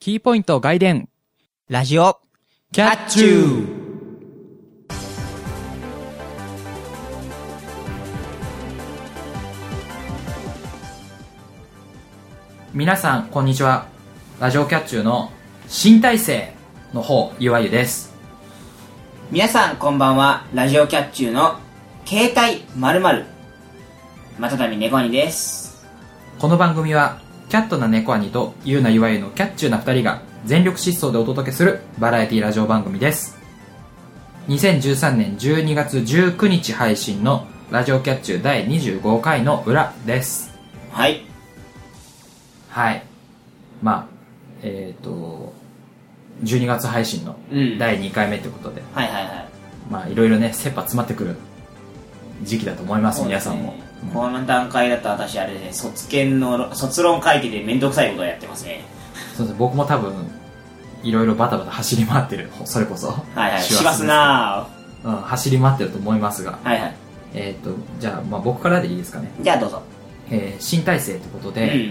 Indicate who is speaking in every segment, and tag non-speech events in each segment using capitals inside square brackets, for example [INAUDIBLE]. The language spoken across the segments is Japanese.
Speaker 1: キーポイント外伝。
Speaker 2: ラジオ、
Speaker 1: キ
Speaker 2: ャッチュ
Speaker 1: ー皆さん、こんにちは。ラジオキャッチューの新体制の方、ゆわゆです。
Speaker 2: 皆さんこんばんは、ラジオキャッチューの、携帯〇〇またたびネコニです。
Speaker 1: この番組は、キャットな猫兄とゆうなゆわゆのキャッチューな二人が全力疾走でお届けするバラエティラジオ番組です。2013年12月19日配信のラジオキャッチュー第25回の裏です。
Speaker 2: はい。
Speaker 1: はい。まあ、えっ、と、12月配信の
Speaker 2: うん
Speaker 1: 第2回目ということで、
Speaker 2: はいはいはい。
Speaker 1: まあ、いろいろね、切羽詰まってくる時期だと思います、皆さんも
Speaker 2: そうです。
Speaker 1: うん
Speaker 2: ねこの段階だと私あれですね、卒検の、卒論会議でめんどくさいことをやってますね。
Speaker 1: そうです僕も多分、いろいろバタバタ走り回ってる、それこそ。 [LAUGHS]
Speaker 2: はいはい。
Speaker 1: 師
Speaker 2: し
Speaker 1: 走
Speaker 2: ますな
Speaker 1: うん、走り回ってると思いますが、
Speaker 2: ぁ。はいはい。
Speaker 1: えっ、と、じゃあ、まあ、僕からでいいですかね。
Speaker 2: じゃあどうぞ。
Speaker 1: えー新体制ということ
Speaker 2: うん。う
Speaker 1: で、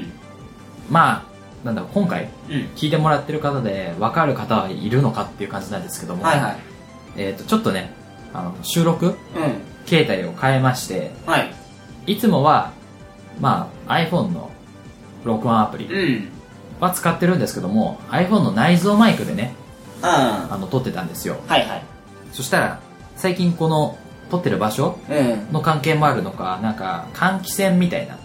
Speaker 1: まあ、なんだろう、今回、
Speaker 2: ん。
Speaker 1: 聞いてもらってる方で、分かる方はいるのかっていう感じなんですけども、
Speaker 2: はいはい。
Speaker 1: えっ、と、ちょっとね、あの、収録
Speaker 2: う
Speaker 1: 携帯を変えまして、
Speaker 2: ん。はい。
Speaker 1: いつもは、まあ、iPhone の録音アプ
Speaker 2: う
Speaker 1: リ
Speaker 2: ん。うん。
Speaker 1: は使ってるんですけども、iPhone の内蔵マイクでね、
Speaker 2: は
Speaker 1: あの、撮ってたんですよ。
Speaker 2: いはい。
Speaker 1: そしたら、最近この、撮ってる場所
Speaker 2: うん。
Speaker 1: の関係もあるのか、なんか、換気扇みたいな、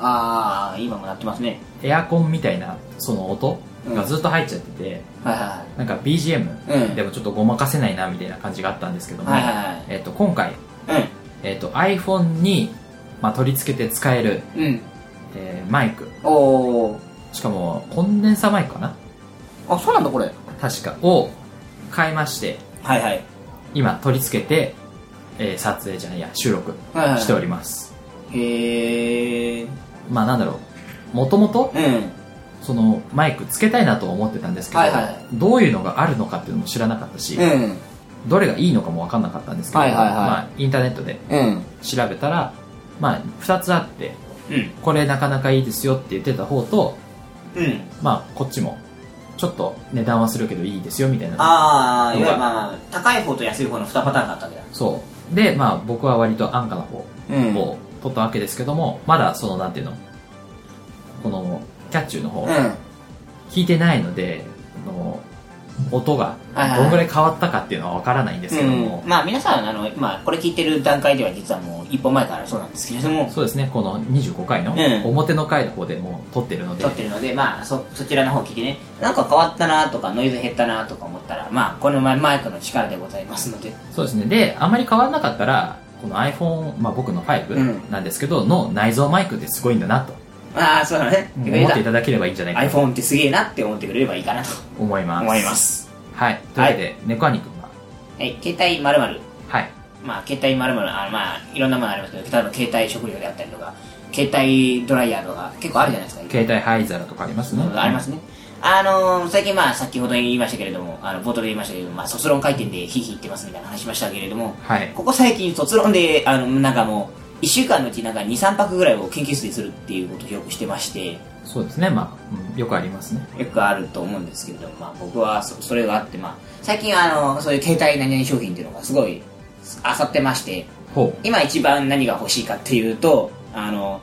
Speaker 2: ああ、今もなってますね。
Speaker 1: エアコンみたいな、その音
Speaker 2: うん
Speaker 1: がずっと入っちゃってて、
Speaker 2: はいは
Speaker 1: なんか BGM
Speaker 2: いはい。うん。
Speaker 1: でもちょっとごまかせないな、みたいな感じがあったんですけども、
Speaker 2: はいは
Speaker 1: えっと、今回、
Speaker 2: いはい。
Speaker 1: えっと、iPhone に、まあ、取り付けて使える、
Speaker 2: うん。うん。
Speaker 1: えーマイク、
Speaker 2: おお。
Speaker 1: しかも、コンデンサーマイクかな
Speaker 2: あ、そうなんだこれ。
Speaker 1: 確かを変えまして
Speaker 2: はいはい。
Speaker 1: 今取り付けて、えー撮影じゃないや収録
Speaker 2: はいはい
Speaker 1: しております、
Speaker 2: へえ。
Speaker 1: まあなんだろうもともと
Speaker 2: うん。
Speaker 1: そのマイクつけたいなと思ってたんですけど、
Speaker 2: はいはい
Speaker 1: どういうのがあるのかっていうのも知らなかったし、
Speaker 2: うん。
Speaker 1: どれがいいのかも分かんなかったんですけど、
Speaker 2: はいはいはい
Speaker 1: まあ、インターネットで
Speaker 2: うん。
Speaker 1: 調べたら、まあ、2つあって
Speaker 2: うん。
Speaker 1: これなかなかいいですよって言ってた方と、
Speaker 2: うん。
Speaker 1: まあ、こっちもちょっと値段はするけどいいですよみたいな
Speaker 2: ああ、いわゆ
Speaker 1: う
Speaker 2: る
Speaker 1: ん
Speaker 2: まあ、高い方と安い方の2パターンがあったわけだ。
Speaker 1: そうでまあ僕は割と安価な方
Speaker 2: う
Speaker 1: を取ったわけですけども、まだそのなんていうのこのキャッチューの方、
Speaker 2: うん。はい
Speaker 1: 聞いてないのであの音が
Speaker 2: はいはい
Speaker 1: どんぐらい変わったかっていうのはわからないんですけども、
Speaker 2: うん、まあ皆さんあの、まあ、これ聞いてる段階では実はもう一歩前からそうなんですけれども
Speaker 1: そうですねこの25回の
Speaker 2: うん
Speaker 1: 表の回の方でもう撮ってるので、
Speaker 2: 撮ってるので、まあ、そそちらの方聞いてねなんか変わったなとかノイズ減ったなとか思ったらまあこのママイクの力でございますので
Speaker 1: そうですねであんまり変わらなかったらこの iPhone、まあ、僕の
Speaker 2: うん
Speaker 1: 5なんですけど、の内蔵マイクってすごいんだなと
Speaker 2: ああそうだね
Speaker 1: 思っていただければいいんじゃないかと
Speaker 2: iPhone ってすげえなって思ってくれればいいかなと
Speaker 1: 思います
Speaker 2: 思います
Speaker 1: はいというわけで、猫兄くんは
Speaker 2: はい携帯まるまる
Speaker 1: はい
Speaker 2: まあ携帯まるまるあのまあいろんなものありますけど例えば携帯食料であったりとか携帯ドライヤーとか結構あるじゃないですか
Speaker 1: 携帯灰皿とかありますね、
Speaker 2: ありますね。あのー最近まあ、先ほど言いましたけれども、あの、冒頭で言いましたけれども、まあ、卒論回転でヒーヒー言ってますみたいな話しましたけれども、
Speaker 1: はい
Speaker 2: ここ最近卒論で、あの、なんかもう、1週間のうちなんか2、3泊ぐらいを研究室でするっていうことをよくしてまして、
Speaker 1: そうですね、まあ、うんよくありますね。
Speaker 2: よくあると思うんですけれども、まあ、僕はそそれがあって、まあ、最近あの、そういう携帯何々商品っていうのがすごい、あさってまして、
Speaker 1: ほ
Speaker 2: 今一番何が欲しいかっていうと、あの、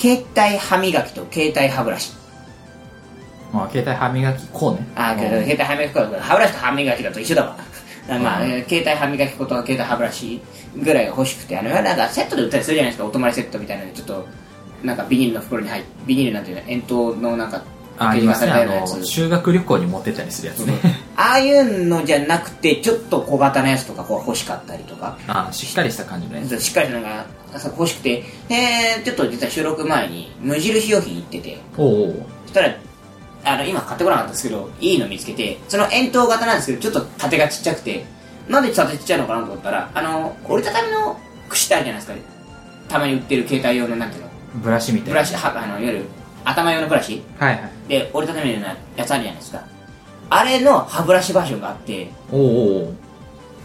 Speaker 2: 携帯歯磨きと携帯歯ブラシ。
Speaker 1: う。まあ、携帯歯磨きこうね。
Speaker 2: あー、けど
Speaker 1: うん
Speaker 2: 携帯歯磨き粉だから歯ブラシと歯磨きだと一緒だわまあ、
Speaker 1: うん
Speaker 2: えー携帯歯磨き粉と携帯歯ブラシぐらいが欲しくてあのなんかセットで売ったりするじゃないですかお泊まりセットみたいなのでちょっとなんかビニールの袋に入ってビニールなんていうの円筒のなんか
Speaker 1: ああ
Speaker 2: パッケー
Speaker 1: り
Speaker 2: ジ
Speaker 1: ますね、
Speaker 2: た
Speaker 1: あ
Speaker 2: ようなや
Speaker 1: の、
Speaker 2: つ
Speaker 1: 修学旅行に持ってったりするやつね。
Speaker 2: ああいうのじゃなくてちょっと小型のやつとかこう欲しかったりとか
Speaker 1: [LAUGHS] ああ、しっかりした感じのやつ。
Speaker 2: しっかりしたのが欲しくてでちょっと実は収録前に無印良品行ってて
Speaker 1: おうおう
Speaker 2: そしたらあの今買ってこなかったんですけどいいの見つけてその円筒型なんですけどちょっと縦がちっちゃくてなんで縦ちっちゃいのかなと思ったらあの折りたたみの櫛ってあるじゃないですかたまに売ってる携帯用のなんていうの
Speaker 1: ブラシみたいな。
Speaker 2: ブラシはあのいわゆる頭用のブラシ
Speaker 1: はいはい。
Speaker 2: で折りたたみのようなやつあるじゃないですかあれの歯ブラシバージョンがあって
Speaker 1: おうおうおう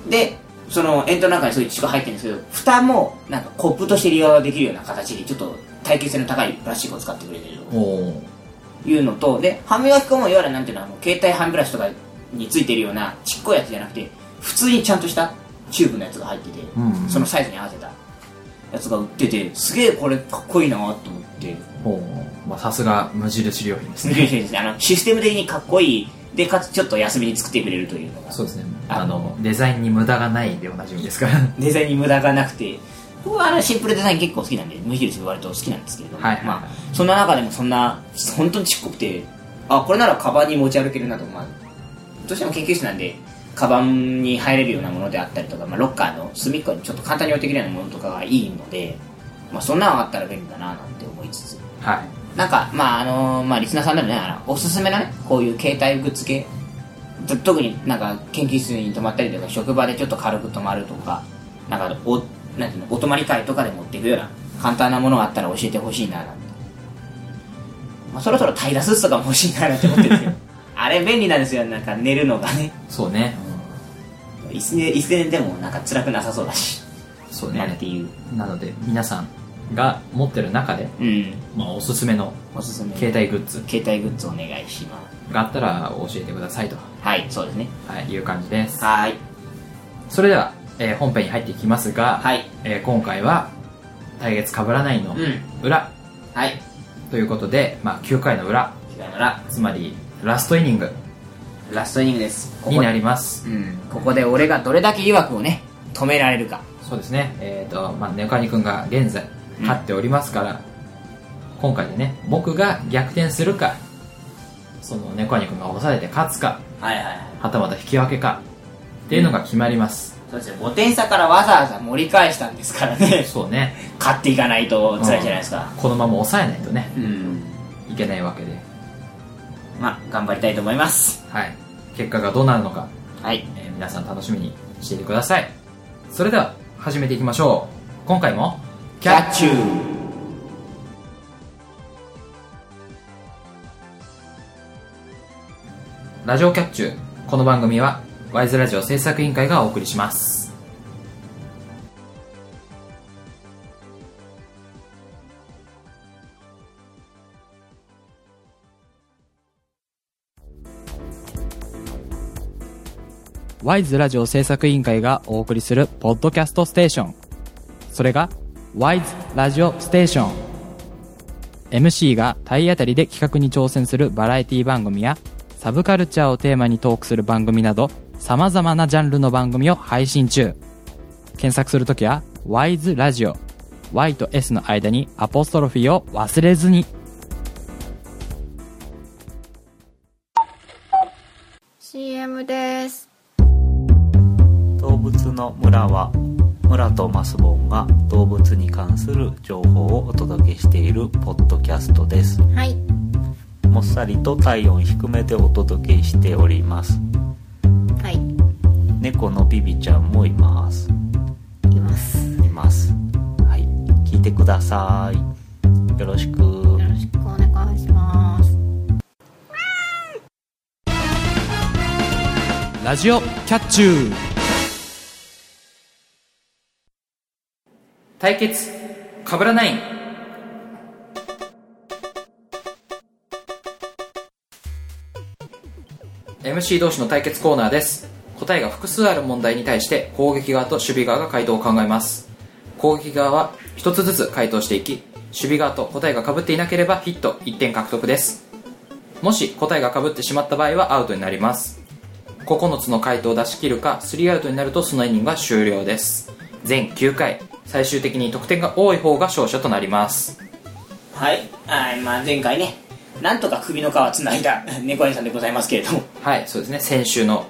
Speaker 2: でその円筒の中にそういう血が入ってるんですけど蓋もなんかコップとして利用できるような形でちょっと耐久性の高いプラスチックを使ってくれてる
Speaker 1: おうおう
Speaker 2: いうのとで歯磨き粉もいわゆるなんていうのはもう携帯歯ブラシとかについてるようなちっこいやつじゃなくて普通にちゃんとしたチューブのやつが入ってて、
Speaker 1: うん
Speaker 2: そのサイズに合わせたやつが売っててすげえこれかっこいいなと思って
Speaker 1: ほうまあさすが無印良品ですね
Speaker 2: あのシステム的にかっこいいでかつちょっと休みに作ってくれるというのが
Speaker 1: そうですね
Speaker 2: あ
Speaker 1: あのデザインに無駄がないでおなじみですから
Speaker 2: デザインに無駄がなくて僕はあのシンプルデザイン結構好きなんで無印割と好きなんですけれども、
Speaker 1: はいはい
Speaker 2: まあ、そんな中でもそんな本当にちっこくてあこれならカバンに持ち歩けるなと、まあ、どうしても研究室なんでカバンに入れるようなものであったりとか、まあ、ロッカーの隅っこにちょっと簡単に置いてくれるようなものとかがいいので、まあ、そんなのがあったら便利だななんて思いつつ
Speaker 1: はい
Speaker 2: なんか、まああのまあ、リスナーさんでもねあのおすすめなねこういう携帯グッズ系と特になんか研究室に泊まったりとか職場でちょっと軽く泊まるとかなんかおなんていうのお泊まり会とかで持っていくような簡単なものがあったら教えてほしいななんて、まあ、そろそろ平らスーツとかも欲しいななんて思ってるんですよ [LAUGHS] あれ便利なんですよなんか寝るのがね
Speaker 1: そうね、
Speaker 2: 椅子で椅子で寝てもなんか辛くなさそうだし、
Speaker 1: そう
Speaker 2: なん
Speaker 1: ね
Speaker 2: ていう
Speaker 1: なので皆さんが持ってる中で、
Speaker 2: うん
Speaker 1: まあ、おすすめの
Speaker 2: おすすめ
Speaker 1: 携帯グッズ
Speaker 2: 携帯グッズお願いします
Speaker 1: があったら教えてくださいと、
Speaker 2: はいそうですね
Speaker 1: はい、いう感じです
Speaker 2: はーい
Speaker 1: それでは、えー本編に入っていきますが、
Speaker 2: はい
Speaker 1: えー今回は「対月かぶらない」の
Speaker 2: うん
Speaker 1: 裏
Speaker 2: はい
Speaker 1: ということで、まあ、9回の裏
Speaker 2: 違いなら
Speaker 1: つまりラストイニング
Speaker 2: ラストイニングですここ
Speaker 1: になります
Speaker 2: うん、ここで俺がどれだけ誘惑をね止められるか
Speaker 1: そうですねえっ、とまあネカニ君が現在
Speaker 2: うん
Speaker 1: 勝っておりますから、今回でね僕が逆転するかそのネカニ君が押されて勝つか
Speaker 2: はいはいはい
Speaker 1: はたまた引き分けかっていうのが決まります、
Speaker 2: そうですよ5点差からわざわざ盛り返したんですからね [LAUGHS]
Speaker 1: そうね
Speaker 2: 勝っていかないと辛いじゃないですか
Speaker 1: このまま抑えないとね
Speaker 2: うん、
Speaker 1: いけないわけで
Speaker 2: まあ頑張りたいと思います
Speaker 1: はい結果がどうなるのか、
Speaker 2: はい
Speaker 1: えー皆さん楽しみにしていてくださいそれでは始めていきましょう今回も
Speaker 2: キャッチュー
Speaker 1: ラジオキャッチュこの番組はワイズラジオ制作委員会がお送りしますワイズラジオ制作委員会がお送りするポッドキャストステーションそれがワイズラジオステーション MC が体当たりで企画に挑戦するバラエティ番組やサブカルチャーをテーマにトークする番組など様々なジャンルの番組を配信中検索するときは WISE ラジオ Y と S の間にアポストロフィーを忘れずに
Speaker 3: ？CM です。
Speaker 4: 動物の村は村とマスボンが動物に関する情報をお届けしているポッドキャストです
Speaker 3: はい。
Speaker 4: もっさりと体温低めでお届けしております
Speaker 3: はい。
Speaker 4: 猫のビビちゃんもいます
Speaker 3: います。
Speaker 4: いますはい聞いてくださいよろしく
Speaker 3: よろしくお願いします。
Speaker 1: ラジオキャッチュー対決かぶらないMC 同士の対決コーナーです答えが複数ある問題に対して攻撃側と守備側が回答を考えます攻撃側は一つずつ回答していき守備側と答えがかぶっていなければヒット1点獲得ですもし答えがかぶってしまった場合はアウトになります9つの回答を出し切るか3アウトになるとそのイニングが終了です全9回最終的に得点が多い方が勝者となります
Speaker 2: はい、はいまあ、前回ねなんとか首の皮つないだ猫兄さんでございますけれども
Speaker 1: はいそうですね先週の、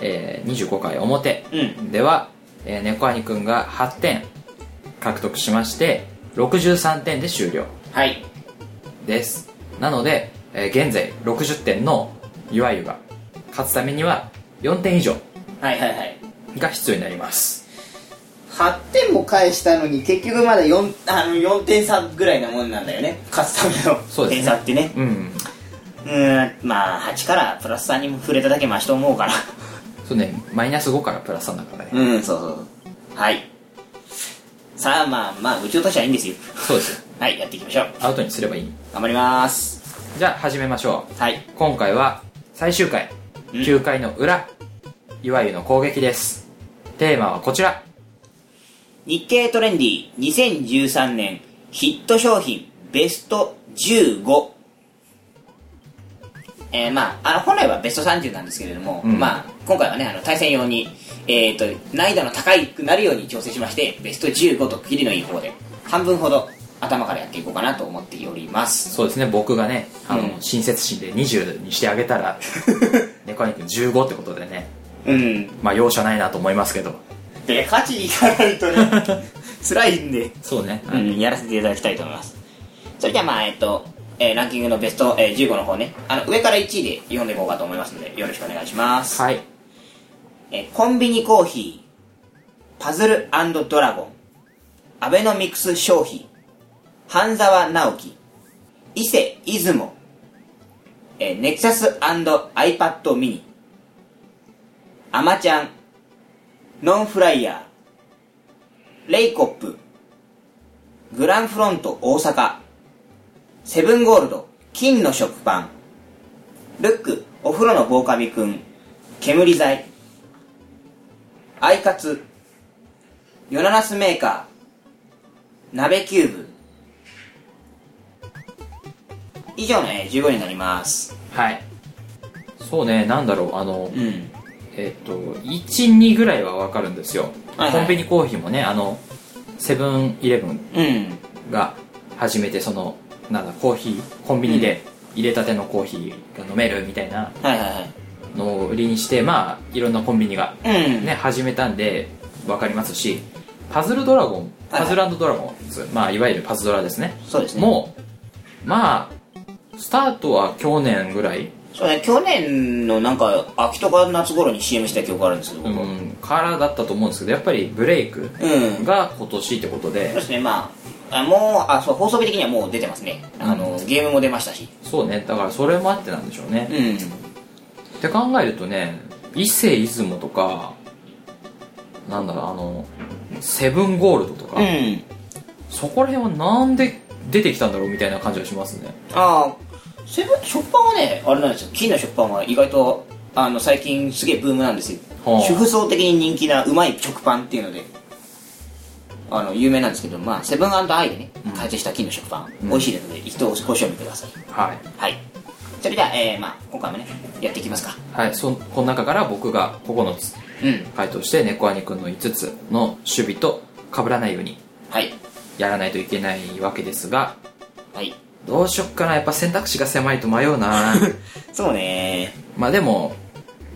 Speaker 1: えー25回表
Speaker 2: う
Speaker 1: では、えー、猫兄くんが8点獲得しまして63点で終了
Speaker 2: はい
Speaker 1: ですなので、えー現在60点のいわゆるが勝つためには4点以上
Speaker 2: はいはいはい
Speaker 1: が必要になります
Speaker 2: 8点も返したのに結局まだ 4, あの4点差ぐらいなもんなんだよね勝つため
Speaker 1: そう
Speaker 2: の
Speaker 1: ですね
Speaker 2: 点差ってね
Speaker 1: うん
Speaker 2: うーんまあ8からプラス3にも触れただけマシと思うから
Speaker 1: そうねマイナス5からプラス3だからね
Speaker 2: うんそうそうはいさあまあまあうちの年はいいんですよ
Speaker 1: そうですよ
Speaker 2: はいやっていきましょう
Speaker 1: アウトにすればいい
Speaker 2: 頑張ります
Speaker 1: じゃあ始めましょ
Speaker 2: はいう
Speaker 1: 今回は最終回
Speaker 2: うん
Speaker 1: 9回の裏いわゆの攻撃ですテーマはこちら
Speaker 2: 日経トレンディ2013年ヒット商品ベスト15えー、まああの本来はベスト30なんですけれども、
Speaker 1: うん
Speaker 2: まあ今回はねあの対戦用にえっ、と難易度の高いくなるように調整しましてベスト15と区切りのいい方で半分ほど頭からやっていこうかなと思っております
Speaker 1: そうですね僕がねあの、
Speaker 2: うん
Speaker 1: 親切心で20にしてあげた
Speaker 2: [LAUGHS]
Speaker 1: ら猫兄くん15ってことでね
Speaker 2: うん
Speaker 1: まあ容赦ないなと思いますけど
Speaker 2: で勝ちに行かないとね辛いんで
Speaker 1: そうね、
Speaker 2: うん、やらせていただきたいと思います。それではまあ、えっと、えーランキングのベスト、えー15の方ね、あの、上から1位で読んでいこうかと思いますので、よろしくお願いします。
Speaker 1: はい
Speaker 2: えーコンビニコーヒー、パズルドラゴン、アベノミクス消費、半沢直樹、伊勢出雲、えーネクサス &iPad mini、アマちゃん、ノンフライヤー、レイコップ、グランフロント大阪、セブンゴールド、金の食パン、ルック、お風呂の防カビくん、煙剤、アイカツ、ヨナナスメーカー、鍋キューブ。以上のえー15になります。
Speaker 1: はいそうねなんだろうあの、
Speaker 2: うん。
Speaker 1: えっと12ぐらいは分かるんですよ、
Speaker 2: はいはい
Speaker 1: コンビニコーヒーもねあのセブンイレブン
Speaker 2: うん。
Speaker 1: が初めてそのなんだコーヒーコンビニで入れたてのコーヒーが飲めるみたいな
Speaker 2: はいは
Speaker 1: のを売りにしてまあいろんなコンビニが
Speaker 2: いはい。うん。
Speaker 1: ね始めたんで分かりますしパズルドラゴン
Speaker 2: はい
Speaker 1: パズルドラゴンズ、まあ、いわゆるパズドラですね
Speaker 2: そうですね。
Speaker 1: もうまあスタートは去年ぐらい、
Speaker 2: そうね、去年のなんか、秋とか夏頃に CM した記憶あるんですけど、
Speaker 1: う
Speaker 2: 僕う
Speaker 1: ん、
Speaker 2: ん。
Speaker 1: からだったと思うんですけどやっぱりブレイクが今年ってこと
Speaker 2: そう
Speaker 1: で
Speaker 2: ですね、まあ、あもう、あ、そう、放送日的にはもう出てますね。あの、ゲームも出ましたし。
Speaker 1: そうねだからそれもあってなんでしょうね
Speaker 2: う
Speaker 1: っ
Speaker 2: ん。
Speaker 1: て考えるとね伊勢出雲とかなんだろうあのセブンゴールドとか、
Speaker 2: うん。
Speaker 1: そこら辺はなんで出てきたんだろうみたいな感じがしますね
Speaker 2: ああセブン食パンはねあれなんですよ金の食パンは意外とあの最近すげえブームなんですよ、
Speaker 1: はあ
Speaker 2: 主婦層的に人気なうまい食パンっていうのであの有名なんですけどまあセブンアイでね開発した金の食パン、
Speaker 1: うん
Speaker 2: 美味しいですので一度ご賞味ください
Speaker 1: はい、
Speaker 2: はいそれでは、えーまあ、今回もねやっていきますか
Speaker 1: はい、そこの中から僕が9つ
Speaker 2: うん
Speaker 1: 回答して猫兄くんの5つの守備と被らないように
Speaker 2: はい
Speaker 1: やらないといけないわけですが
Speaker 2: はい
Speaker 1: どうしよっかなやっぱ選択肢が狭いと迷うな
Speaker 2: そうね
Speaker 1: まあでも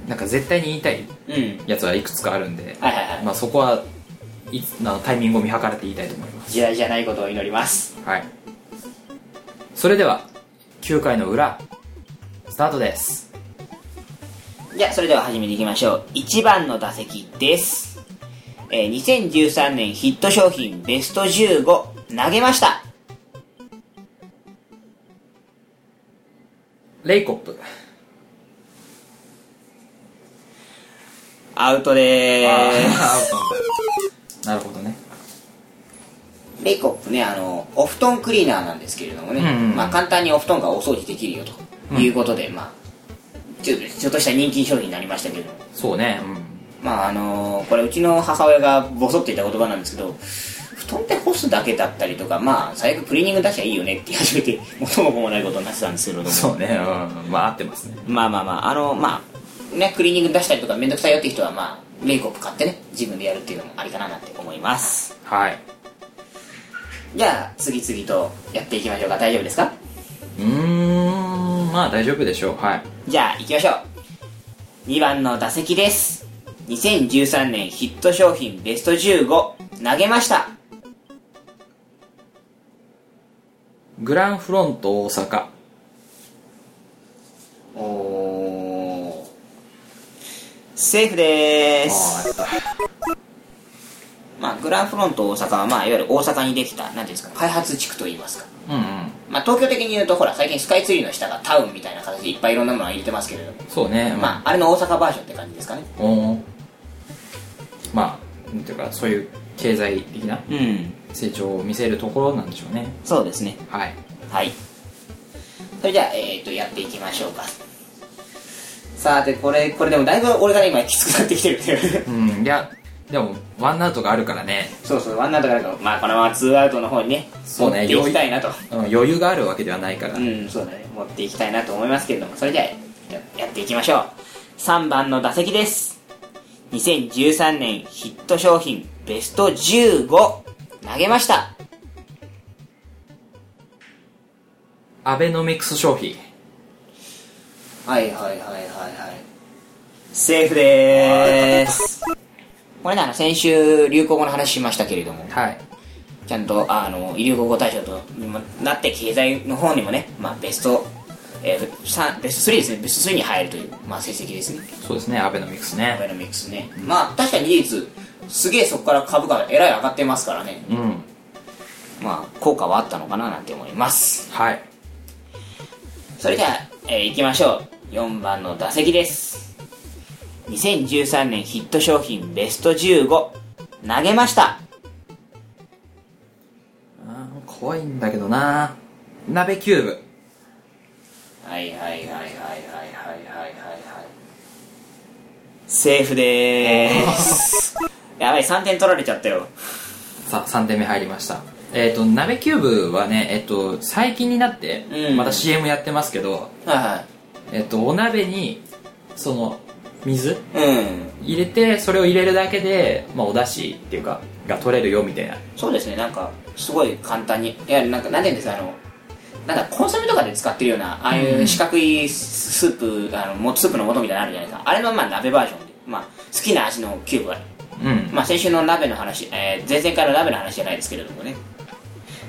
Speaker 1: なんか絶対に言いたい
Speaker 2: うん
Speaker 1: やつはいくつかあるんで、
Speaker 2: はいはいは
Speaker 1: まあ、そこはいつなタイミングを見計らって言いたいと思います
Speaker 2: い時代じゃないことを祈ります
Speaker 1: はい。それでは、9回の裏、スタートです。
Speaker 2: じゃあ、それでは始めていきましょう。1番の打席です。えー2013年ヒット商品ベスト15投げました。
Speaker 1: レイコップ。
Speaker 2: アウトで
Speaker 1: ー
Speaker 2: ー
Speaker 1: [LAUGHS] なるほどね。
Speaker 2: す。レイコップね、あの、お布団クリーナーなんですけれどもね、
Speaker 1: うんうん
Speaker 2: まあ簡単にお布団がお掃除できるよということで、まあ、ちょっとちょっとした人気商品になりましたけれども、
Speaker 1: そうね。
Speaker 2: まああのこれうちの母親がボソって言った言葉なんですけど布団って干すだけだったりとかまあ最悪クリーニング出しゃいいよねって言い始めて元も子もないことになってたんですけれど
Speaker 1: う
Speaker 2: も
Speaker 1: ん。そうね。うん。まあ、合ってますね。
Speaker 2: まあまあまああのまあねクリーニング出したりとかめんどくさいよって人はまあレイコップ買ってね自分でやるっていうのもありかななんて思います
Speaker 1: はい。
Speaker 2: じゃあ次々とやっていきましょうか大丈夫ですか
Speaker 1: うーん、まあ大丈夫でしょう。はい。
Speaker 2: じゃあ行きましょう2番の打席です2013年ヒット商品ベスト15投げました
Speaker 1: グランフロント大阪。
Speaker 2: おーセーフで
Speaker 1: あ
Speaker 2: ーすまあ、グランフロント大阪は、まあ、いわゆる大阪にできたなんていうんですか開発地区といいますか、
Speaker 1: あ。うんうん。
Speaker 2: まあ、東京的に言うとほら最近スカイツリーの下がタウンみたいな形でいっぱいいろんなものを入れてますけれども、
Speaker 1: そうね。
Speaker 2: まあ、あれの大阪バージョンって感じですかね
Speaker 1: あ。おーまあ、なんていうか、そういう経済的な
Speaker 2: うん
Speaker 1: 成長を見せるところなんでしょうね。
Speaker 2: そうですね
Speaker 1: はい。
Speaker 2: はいそれじゃあ、えっ、と、やっていきましょうか。さて、これ、これでもだいぶ俺がね、今きつくなってきてるっていう。
Speaker 1: うんいやでもワンアウトがあるからね、
Speaker 2: [LAUGHS] そうそう、ワンアウトからだから、まあ、このままツーアウトの方にね、
Speaker 1: そうね
Speaker 2: 持っていきたいなと。
Speaker 1: うん、余裕があるわけではないから、
Speaker 2: うん、そうだね。持っていきたいなと思いますけれども、それじゃあ、ややっていきましょう。3番の打席です。2013年ヒット商品ベスト15投げました。
Speaker 1: アベノミクス消費
Speaker 2: はいはいはいはいはい。セーフでーす。これね、あの、先週、流行語の話しましたけれども、
Speaker 1: はい
Speaker 2: ちゃんと、あの、流行語大賞となって、経済の方にもね、まあ、ベスト、えー、三ベスト3ですね、ベスト3に入るという、まあ、成績ですね。
Speaker 1: そうですねアベノミクス
Speaker 2: アベ
Speaker 1: ね
Speaker 2: ノミクスね、まあ確かに事実すげえそこから株価えらい上がってますからね
Speaker 1: うん
Speaker 2: まあ効果はあったのかななんて思います
Speaker 1: はい
Speaker 2: それでは、えー、いきましょう4番の打席です2013年ヒット商品ベスト15投げました
Speaker 1: あー怖いんだけどな鍋キューブ
Speaker 2: はいはいはいはいはいはいはいはいはいセーフでー [LAUGHS] すやばい3点取られちゃったよ
Speaker 1: さあ3点目入りましたえっ、と鍋キューブはねえっ、と最近になって、
Speaker 2: うん
Speaker 1: また CM やってますけど
Speaker 2: は
Speaker 1: えっ、とお鍋にその水
Speaker 2: いはいうん
Speaker 1: 入れてそれを入れるだけで、まあ、お出汁っていうかが取れるよみたいな
Speaker 2: そうですねなんかすごい簡単にいやなんか何て言うんですかあのなんかコンソメとかで使ってるようなああいう四角いスープあのもスープの素みたいなのあるじゃないですかあれのまあ鍋バージョンで、まあ、好きな味のキューブは、
Speaker 1: うん
Speaker 2: まあ、先週の鍋の話、えー前々回の鍋の話じゃないですけれどもね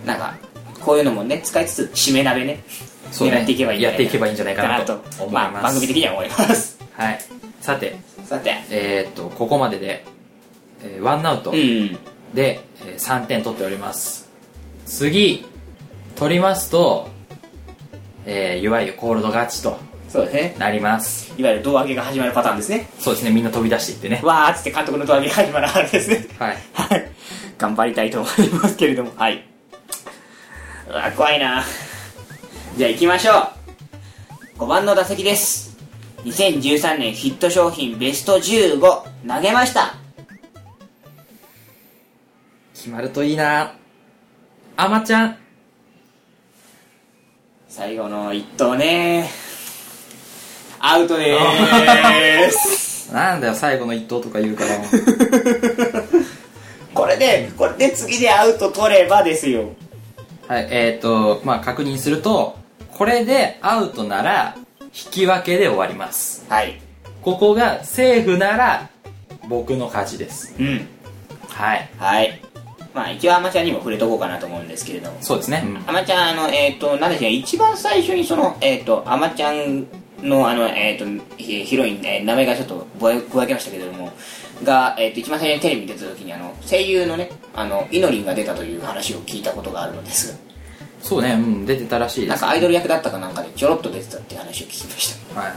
Speaker 2: なんかこういうのもね使いつつ締め鍋ね
Speaker 1: そうね
Speaker 2: 狙っていけばいいんじゃ
Speaker 1: や
Speaker 2: な
Speaker 1: っ
Speaker 2: い
Speaker 1: ていけばいいんじゃないかなと
Speaker 2: かなと
Speaker 1: 思い
Speaker 2: ま
Speaker 1: ます
Speaker 2: あ番組的には思います
Speaker 1: はいさて
Speaker 2: さて
Speaker 1: えっ、とここまでで、えーワンアウト
Speaker 2: うん
Speaker 1: で、えー3点取っております次取りますと、えーいわゆるコールド勝ちと
Speaker 2: そうですね
Speaker 1: なります
Speaker 2: いわゆる胴上げが始まるパターンですね
Speaker 1: そうですねみんな飛び出していってね
Speaker 2: わーっつって監督の胴上げが始まるあれですね
Speaker 1: はい
Speaker 2: はい。頑張りたいと思いますけれども、はい。うわ、怖いなじゃあ行きましょう。5番の打席です。2013年ヒット商品ベスト15投げました。
Speaker 1: 決まるといいなあまちゃん
Speaker 2: 最後の1投ねアウトでーす。
Speaker 1: なんだよ最後の一投とか言うから
Speaker 2: [LAUGHS] これで、これで次でアウト取ればですよ。
Speaker 1: はいえっ、とまあ確認するとこれでアウトなら引き分けで終わります
Speaker 2: はい。
Speaker 1: ここがセーフなら僕の勝ちです
Speaker 2: うん。
Speaker 1: はい
Speaker 2: はい。まあ一応アマチュアにも触れとこうかなと思うんですけれども。
Speaker 1: そうですね、うん
Speaker 2: アマちゃん、あの、えっ、と、なんでしょうね、一番最初にその、えっ、と、アマちゃんの、あの、えっ、と、ヒヒロイン、えー名前がちょっとぼやぼやけましたけれども、が、えっ、と、一番最初にテレビに出た時に、あの、声優のね、あの、イノリンが出たという話を聞いたことがあるのです
Speaker 1: そうね、うん、出てたらしい
Speaker 2: が、な
Speaker 1: で
Speaker 2: ん
Speaker 1: す。
Speaker 2: かアイドル役だったかなんかでちょろっと出てたっていう話を聞きました。
Speaker 1: はい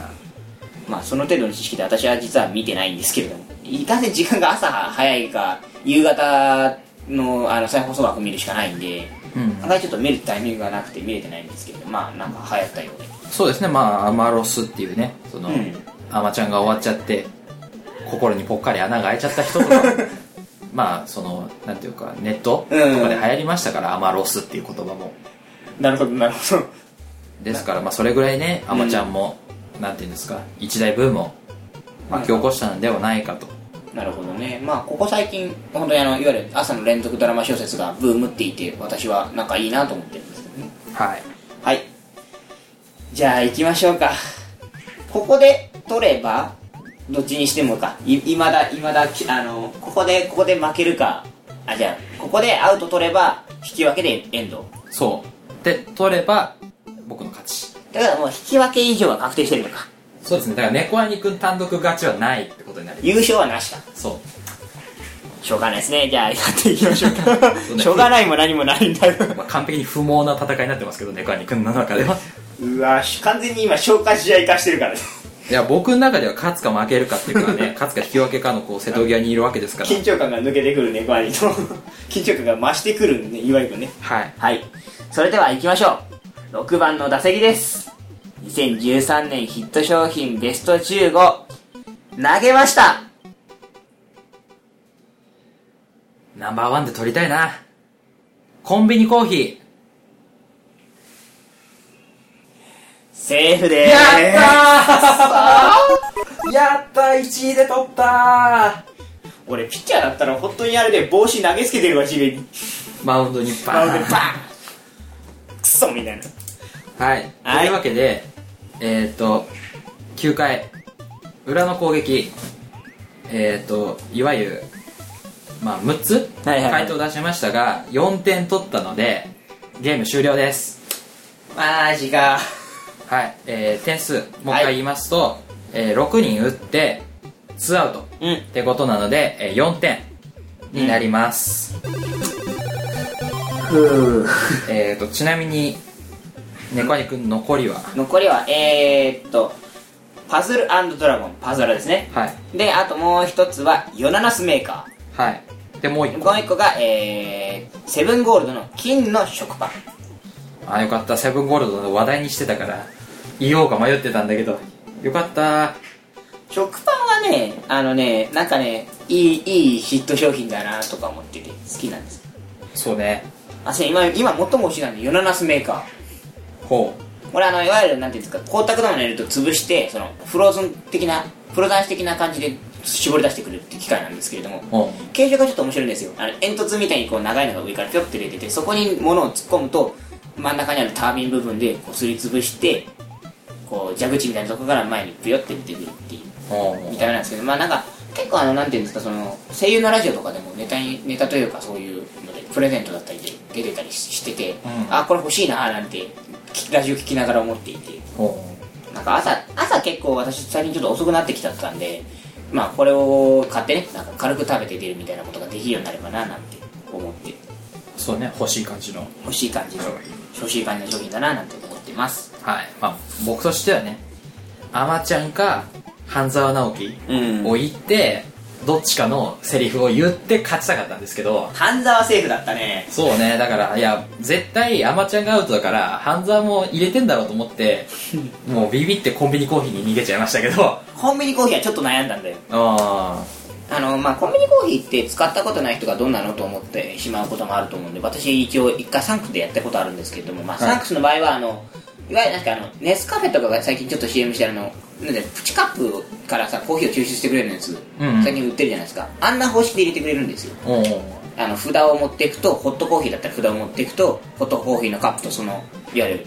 Speaker 2: まあ、その程度の知識で私は実は見てないんですけれども、いかんせん時間が朝早いか、夕方の、あの、再放送枠見るしかないんで、
Speaker 1: うん
Speaker 2: あんまりちょっと見るタイミングがなくて見れてないんですけど、まあ、なんか流行ったようで。
Speaker 1: そうですね、まあ、アマロスっていうね、その、
Speaker 2: うん
Speaker 1: アマちゃんが終わっちゃって、心にぽっかり穴が開いちゃった人と [LAUGHS] か、まあ、その、なんていうか、ネットとかで流行りましたから、アマロスっていう言葉も。
Speaker 2: なるほど、なるほど。
Speaker 1: ですから、まあ、それぐらいね、アマちゃんも、なんていうんですか、一大ブームを巻き起こしたんではないかと。
Speaker 2: なるほどね。まあ、ここ最近、本当にあの、いわゆる朝の連続ドラマ小説がブームっていて、私はなんかいいなと思ってるんですけどね。
Speaker 1: はい。
Speaker 2: はい。じゃあ、行きましょうか。ここで取れば、どっちにしてもか。い、未だ、未だ、きあの、ここで、ここで負けるか。あ、じゃあ、ここでアウト取れば、引き分けでエンド。
Speaker 1: そう。で、取れば、僕の勝ち。
Speaker 2: だからもう引き分け以上は確定してるのか。
Speaker 1: そうですね、だから、猫兄くん単独勝ちはないってことになりま
Speaker 2: 優勝はなしか。
Speaker 1: す。そう。
Speaker 2: しょうがないですね。じゃあ、やっていきましょうか。
Speaker 1: うね
Speaker 2: しょうがないも何もないんだよ。
Speaker 1: まあ、完璧に不毛な戦いになってますけどね、カニ君の中では。
Speaker 2: うわ完全に今消化試合化してるからね
Speaker 1: いや、僕の中では勝つか負けるかっていうか [LAUGHS] ね、勝つか引き分けかのこう瀬戸際にいるわけですから。
Speaker 2: 緊張感が抜けてくるねバニーと緊張感が増してくるねいわゆるね
Speaker 1: [LAUGHS] はい。
Speaker 2: はいそれでは行きましょう6番の打席です2013年ヒット商品ベスト15投げました
Speaker 1: ナンバーワンで取りたいな。コンビニコーヒー。
Speaker 2: セーフでーす
Speaker 1: ーやったー !1 位で取った
Speaker 2: 俺ピッチャーだったら本当にあれで帽子投げつけてるわ地面に
Speaker 1: ーマウンドに
Speaker 2: バ
Speaker 1: バ
Speaker 2: ーン
Speaker 1: ー
Speaker 2: バ
Speaker 1: ン
Speaker 2: ンクソみたいな
Speaker 1: はい。
Speaker 2: はい
Speaker 1: というわけで、えっ、ー、と、9回、裏の攻撃、えっ、ー、と、いわゆる、まあ、6つ、
Speaker 2: はいはいはい
Speaker 1: 回答を出しましたが、4点取ったので、ゲーム終了です。
Speaker 2: マジか
Speaker 1: はい。えー、点数、もう一回言いますと、えー6人打って、2アウト。
Speaker 2: うん
Speaker 1: ってことなので、えー4点になります、
Speaker 2: ふう
Speaker 1: えー、とちなみに猫兄くん残りは
Speaker 2: 残りはえー、っとパズルドラゴンパズドラですね
Speaker 1: はい
Speaker 2: であともう一つはヨナナスメーカ
Speaker 1: はいでもう一
Speaker 2: ー
Speaker 1: 個
Speaker 2: もう一個がえー、セブンゴールドの金の食パン
Speaker 1: あよかったセブンゴールドの話題にしてたから言おうか迷ってたんだけどよかった
Speaker 2: 食パンはねあのねなんかねいいいいヒット商品だなとか思ってて好きなんです
Speaker 1: そうね
Speaker 2: あそう今今最も欲しいのはヨナナスメーカー
Speaker 1: ほ
Speaker 2: これあのいわゆるなんていうんですか光沢のもの入れると潰してそのフローズン的なフローザン子的な感じで絞り出してくるっていう機械なんですけれども
Speaker 1: ううん
Speaker 2: 形状がちょっと面白いんですよあの煙突みたいにこう長いのが上からピョッて出ててそこに物を突っ込むと真ん中にあるタービン部分でこうすりつぶしてこう蛇口みたいなところから前にピヨって出てくるっていう
Speaker 1: ほ
Speaker 2: みたいなんですけどまあなんか結構あのなんていうんですかその声優のラジオとかでもネタにネタというかそういうのでプレゼントだったりで出てたりししてて、
Speaker 1: ん
Speaker 2: あこれ欲しいなーなんてきラジオ聞きながら思っていて
Speaker 1: うほ
Speaker 2: なんか朝朝結構私最近ちょっと遅くなってきちゃったんでまあこれを買ってねなんか軽く食べて出るみたいなことができるようになればななんて思って
Speaker 1: うそうね欲しい感じの
Speaker 2: 欲しい感じの欲しい感じの商品だななんて思ってます
Speaker 1: はいまあ僕としてはねあまちゃんか半沢直樹
Speaker 2: うん
Speaker 1: を言って、どっちかのセリフを言って勝ちたかったんですけど
Speaker 2: 半沢セーフだったね
Speaker 1: そうねだからいや絶対アマちゃんがアウトだから半沢も入れてんだろうと思って
Speaker 2: [LAUGHS]
Speaker 1: もうビビってコンビニコーヒーに逃げちゃいましたけど
Speaker 2: コンビニコーヒーはちょっと悩んだんだよ
Speaker 1: あ
Speaker 2: あのまあ、コンビニコーヒーって使ったことない人がどんなのと思ってしまうこともあると思うんで私一応一回サンクスでやったことあるんですけれども、まあ、
Speaker 1: はい
Speaker 2: サンクスの場合はあのいわゆるなんかあのネスカフェとかが最近ちょっと CM してるあのなんでプチカップからさコーヒーを抽出してくれるやつ、
Speaker 1: うんうん
Speaker 2: 最近売ってるじゃないですかあんな方式で入れてくれるんですよ
Speaker 1: あおう
Speaker 2: あの札を持っていくとホットコーヒーだったら札を持っていくとホットコーヒーのカップとそのいわゆる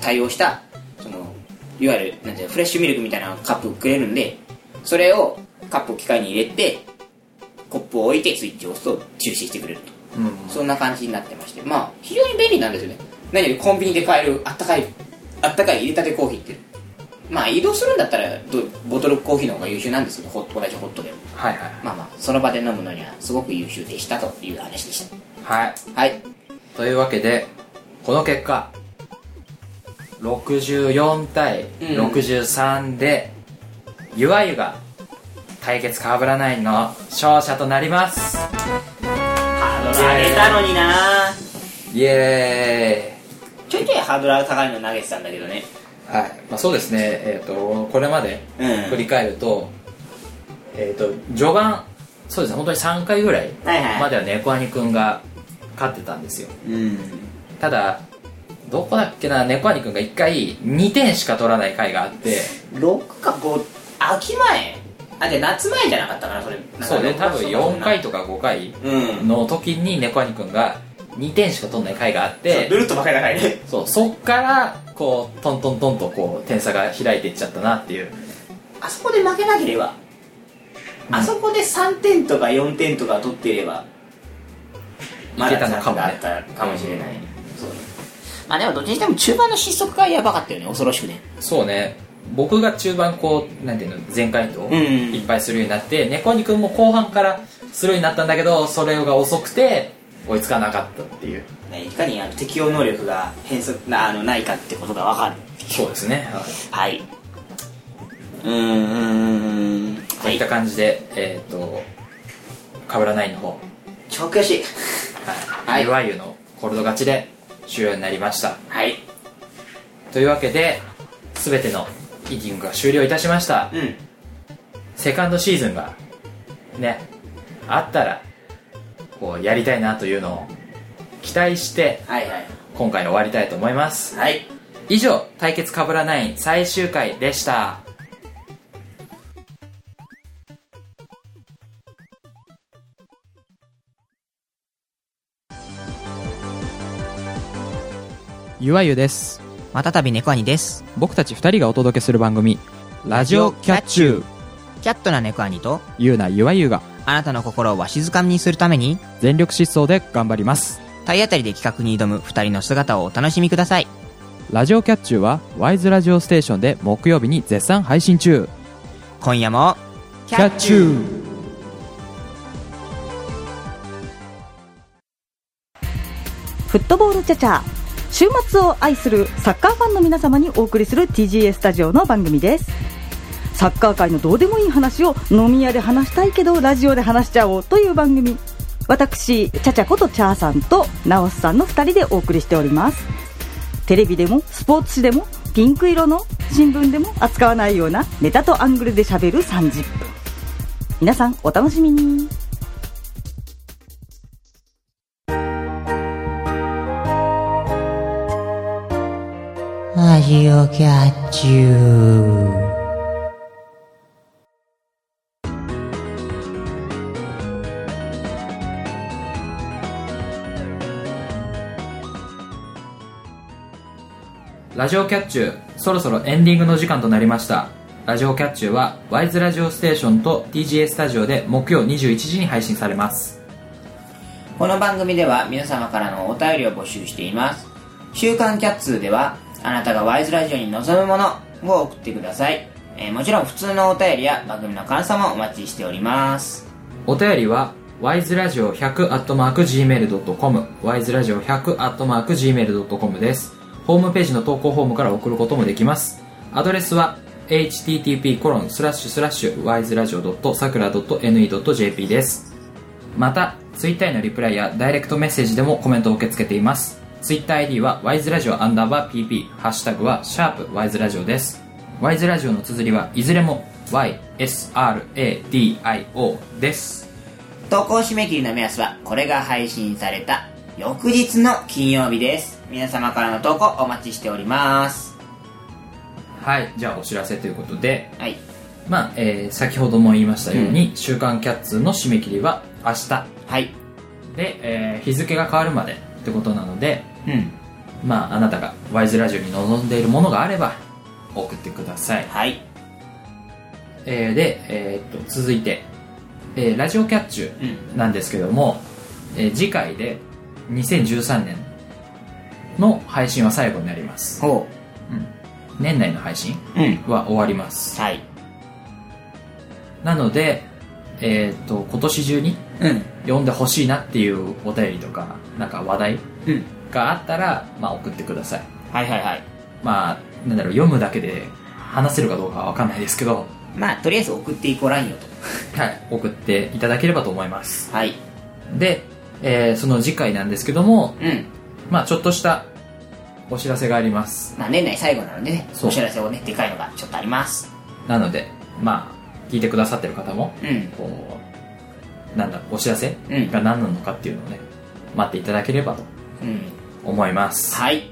Speaker 2: 対応したそのいわゆるなんていうのフレッシュミルクみたいなカップくれるんでそれをカップを機械に入れてコップを置いてスイッチを押すと中止してくれると
Speaker 1: うん
Speaker 2: そんな感じになってましてまあ非常に便利なんですよね何よりコンビニで買えるあったかいあったかい入れたてコーヒーってまあ移動するんだったらどボトルコーヒーの方が優秀なんですけどホット同じホットでも
Speaker 1: はいはい
Speaker 2: まあまあその場で飲むのにはすごく優秀でしたという話でした
Speaker 1: はい
Speaker 2: はい
Speaker 1: というわけでこの結果64対
Speaker 2: うん
Speaker 1: 63で、ゆわゆが対決かぶらないの勝者となります
Speaker 2: ハードル上げたのにな
Speaker 1: イエーイ
Speaker 2: ちょいちょいハードルが高いの投げてたんだけどね
Speaker 1: はい、まあ、そうですね、えー、とこれまで
Speaker 2: うん
Speaker 1: 振り返ると,、えー、と序盤そうですね本当に3回ぐらい
Speaker 2: はいはい
Speaker 1: までは猫アニくんが勝ってたんですよ
Speaker 2: うん
Speaker 1: ただどこだっけな猫アニくんが1回2点しか取らない回があって
Speaker 2: 6か5秋前あじゃあ夏前じゃなかったかなそれ
Speaker 1: そうね多分4回とか5回
Speaker 2: うん
Speaker 1: の時に猫アニくんが2点しか取らない回があって
Speaker 2: ルートばっかり高いね
Speaker 1: そうそっからこうトントントンとこう点差が開いていっちゃったなっていう
Speaker 2: あそこで負けなければあそこで3点とか4点とか取っていれば
Speaker 1: いけたのかもね
Speaker 2: まだチャンスがあったかもしれない、そうねまあでもどっちにしても中盤の失速がやばかったよね恐ろしくね
Speaker 1: そうね僕が中盤こうなんていうの全回答
Speaker 2: んうん
Speaker 1: いっぱいするようになって猫にくんも後半からするようになったんだけどそれが遅くて追いつかなかったっていう
Speaker 2: ねいかにあの適応能力が変則なあのないかってことが分かる
Speaker 1: そうですね
Speaker 2: はいうーん
Speaker 1: と
Speaker 2: はい
Speaker 1: っ
Speaker 2: い
Speaker 1: た感じでえっ、とかぶらないの方
Speaker 2: 超悔しい
Speaker 1: は
Speaker 2: はい
Speaker 1: いわゆのコールド勝ちで終了になりました
Speaker 2: はい
Speaker 1: というわけで全てのイギングが終了いたしました
Speaker 2: うん
Speaker 1: セカンドシーズンがねあったらこうやりたいなというのを期待して
Speaker 2: はいはい
Speaker 1: 今回終わりたいと思います
Speaker 2: はい
Speaker 1: 以上対決かぶらない最終回でしたゆわゆです
Speaker 5: またたびネコアニです。
Speaker 1: 僕たち2人がお届けする番組「ラジオキャッチュー
Speaker 5: キャットなネコアニと、」
Speaker 1: ゆうなゆわゆが
Speaker 5: あなたの心をわしづかみにするために、
Speaker 1: 全力疾走で頑張ります
Speaker 5: 体当たりで企画に挑む二人の姿をお楽しみください。
Speaker 1: ラジオキャッチューはワイズラジオステーションで木曜日に絶賛配信中
Speaker 5: 今夜も、キ
Speaker 1: ュー
Speaker 6: フットボールチャチャ週末を愛するサッカーファンの皆様にお送りする TGA スタジオの番組ですサッカー界のどうでもいい話を飲み屋で話したいけどラジオで話しちゃおうという番組私チャチャことチャーさんとナオスさんの2人でお送りしておりますテレビでもスポーツ紙でもピンク色の新聞でも扱わないようなネタとアングルで喋る30分皆さんお楽しみに
Speaker 5: ラジオキャッチュー。
Speaker 1: ラジオキャッチューそろそろエンディングの時間となりましたラジオキャッチューはワイズラジオステーションと TGA スタジオで木曜21時に配信されます
Speaker 2: この番組では皆様からのお便りを募集しています。週刊キャッツーでは、あなたがワイズラジオに望むものを送ってください。えーもちろん普通のお便りや番組の感想もお待ちしております。
Speaker 1: お便りは wiseradio100.gmail.com wiseradio100.gmail.com ですホームページの投稿フォームから送ることもできますアドレスは http://wiseradio.sakura.ne.jp ですまたツイッターへのリプライやダイレクトメッセージでもコメントを受け付けていますツイッター ID は wiseradio アンダーバー pp ハッシュタグはシャープ wiseradio です wise ラジオの綴りはいずれも ysradio です
Speaker 2: 投稿締め切りの目安は、これが配信された翌日の金曜日です。皆様からの投稿お待ちしております。
Speaker 1: はいじゃあお知らせということで
Speaker 2: はい。
Speaker 1: まあ、えー先ほども言いましたように「週刊キャッツ」の締め切りは明日
Speaker 2: はい。
Speaker 1: で、えー日付が変わるまでってことなので
Speaker 2: うん。
Speaker 1: まああなたが wise ラジオに望んでいるものがあれば送ってください
Speaker 2: はい。
Speaker 1: えーで、えーっと続いて、えーラジオキャッチュなんですけども、えー次回で2013年の配信は最後になります、
Speaker 2: ほ
Speaker 1: うん年内の配信
Speaker 2: う。うん。
Speaker 1: は終わります
Speaker 2: はい。
Speaker 1: なので、えーっと今年中に
Speaker 2: うん。
Speaker 1: 読んでほしいなっていうお便りとかなんか話題
Speaker 2: うん。
Speaker 1: があったら、まあ、送ってください
Speaker 2: はいはいはい。
Speaker 1: まあなんだろう読むだけで話せるかどうかは分かんないですけど、
Speaker 2: まあ、とりあえず送っていこうラインよ
Speaker 1: はい、送っていただければと思います
Speaker 2: と。はい。
Speaker 1: で、えーその次回なんですけども、
Speaker 2: うん。
Speaker 1: まあちょっとしたお知らせがあります。
Speaker 2: まあ、年内最後なのでね、
Speaker 1: そう
Speaker 2: お知らせをね、でかいのがちょっとあります。
Speaker 1: なので、まあ聞いてくださってる方も、
Speaker 2: うん。
Speaker 1: こう、なんだ、お知らせ
Speaker 2: うん
Speaker 1: が何なのかっていうのをね、待っていただければと
Speaker 2: うん。
Speaker 1: 思います。
Speaker 2: はい。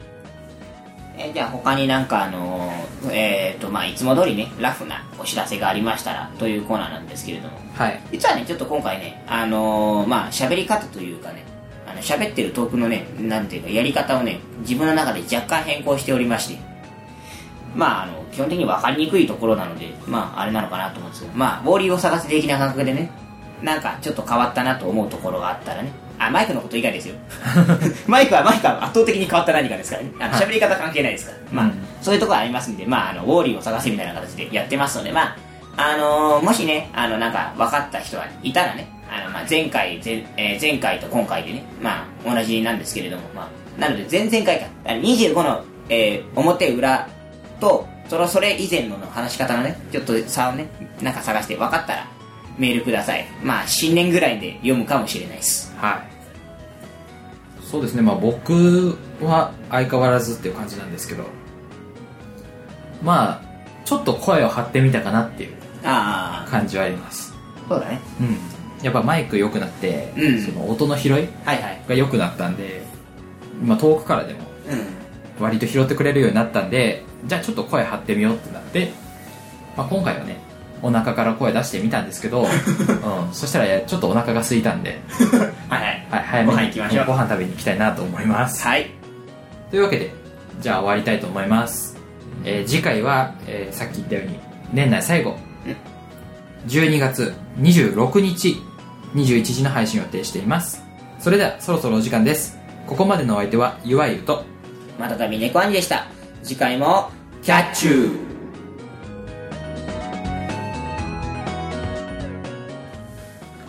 Speaker 2: えーじゃあ他になんかあのーえっ、と、まあ、いつも通りね、ラフなお知らせがありましたらというコーナーなんですけれども、
Speaker 1: はい。
Speaker 2: 実はね、ちょっと今回ね、あのーまあ、喋り方というかね、あの、喋ってるトークのね、なんていうか、やり方をね、自分の中で若干変更しておりまして、まあ、あの、基本的に分かりにくいところなので、まあ、あれなのかなと思うんですけど、まあ、ボーリーを探す的な感覚でね、なんかちょっと変わったなと思うところがあったらね、あ、マイクのこと以外ですよ。
Speaker 1: [LAUGHS]
Speaker 2: マイクはマイクは圧倒的に変わった何かですからね。あの喋り方関係ないですから。まあ、
Speaker 1: うん
Speaker 2: そういうところありますんで、まあ、あの、ウォーリーを探せみたいな形でやってますので、まあ、あのーもしね、あの、なんか分かった人がいたらね、あの、まあ、前回、前、えー前回と今回でね、まあ、同じなんですけれども、まあ、なので前々回か、あの25の、えー表裏と、その、それ以前のの話し方のね、ちょっと差をね、なんか探して分かったら、メールください。まあ、新年ぐらいで読むかもしれないです。
Speaker 1: はい。そうですね、まあ僕は相変わらずっていう感じなんですけど、まあちょっと声を張ってみたかなっていう
Speaker 2: あ
Speaker 1: 感じはあります
Speaker 2: あそうだね
Speaker 1: うんやっぱマイク良くなって、
Speaker 2: うん
Speaker 1: その音の拾い
Speaker 2: はいはい
Speaker 1: が良くなったんで、まあ、遠くからでも
Speaker 2: う
Speaker 1: 割と拾ってくれるようになったんでじゃあちょっと声張ってみようってなって、まあ、今回はねお腹から声出してみたんですけ
Speaker 2: [LAUGHS]
Speaker 1: ど、うん、そしたらいやちょっとお腹が空いたんで、
Speaker 2: んはいはい
Speaker 1: はい、早めに
Speaker 2: ご飯行きましょう
Speaker 1: ご飯食べに行きたいなと思います
Speaker 2: はい
Speaker 1: というわけでじゃあ終わりたいと思います、えー次回は、えーさっき言ったように年内最後12月26日21時の配信を予定していますそれではそろそろお時間ですここまでのお相手はゆわゆと
Speaker 2: またたび猫兄でした次回もキャッチュー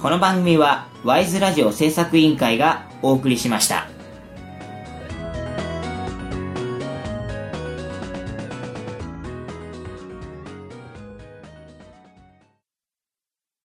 Speaker 2: この番組はワイズラジオ制作委員会がお送りしました。